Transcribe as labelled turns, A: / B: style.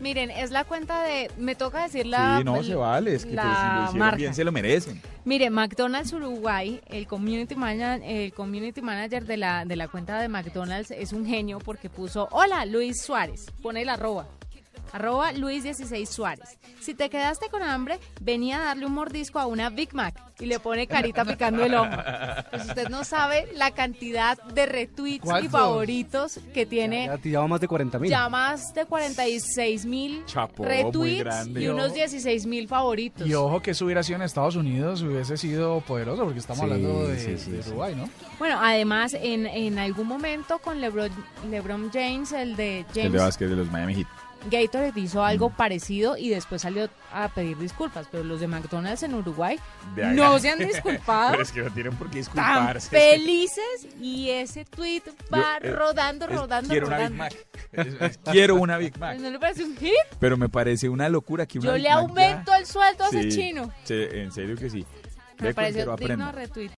A: Miren, es la cuenta de, me toca decir la...
B: sí, no, se vale, es que pues, si lo
A: la
B: hicieron
A: marca.
B: bien se lo merecen.
A: Mire, McDonald's Uruguay, el community, manager, el community manager de la, de la cuenta de McDonald's es un genio porque puso, hola Luis Suárez, pone el arroba. Arroba Luis 16 Suárez. Si te quedaste con hambre, venía a darle un mordisco a una Big Mac y le pone carita picando el ojo. Pues usted no sabe la cantidad de retweets y
C: ¿Cuántos?
A: favoritos que tiene
C: Ya, ya va más de 40 mil.
A: ya más de 46 mil
B: Chapo, muy
A: retweets
B: grande.
A: y unos 16 mil favoritos.
D: Y ojo que esa hubiera sido en Estados Unidos, hubiese sido poderoso, porque estamos
B: Sí,
D: hablando de,
B: sí, sí,
D: de
B: sí.
D: Uruguay, ¿no?
A: Bueno, además, en, en algún momento con LeBron, LeBron James, el de
B: El de Mm.
A: James
B: Vázquez de los Miami Heat.
A: Gatorade hizo algo parecido y después salió a pedir disculpas, pero los de McDonald's en Uruguay
B: De ahí-
A: no se han disculpado.
B: Pero es que no tienen por qué
A: Tan
B: disculparse.
A: felices y ese tweet va
B: Yo, eh,
A: rodando,
B: Es-
A: rodando,
B: quiero una
A: rodando.
B: Big Mac. Es- es- quiero una Big Mac.
A: ¿No le parece un hit?
B: Pero me parece una locura que una
A: Yo
B: Big
A: le
B: Mac ya-
A: aumento el sueldo a ese
B: Sí,
A: chino.
B: sí, en serio que sí.
A: Me
B: Ve,
A: pareció
B: pero
A: digno
B: aprenda.
A: retweet.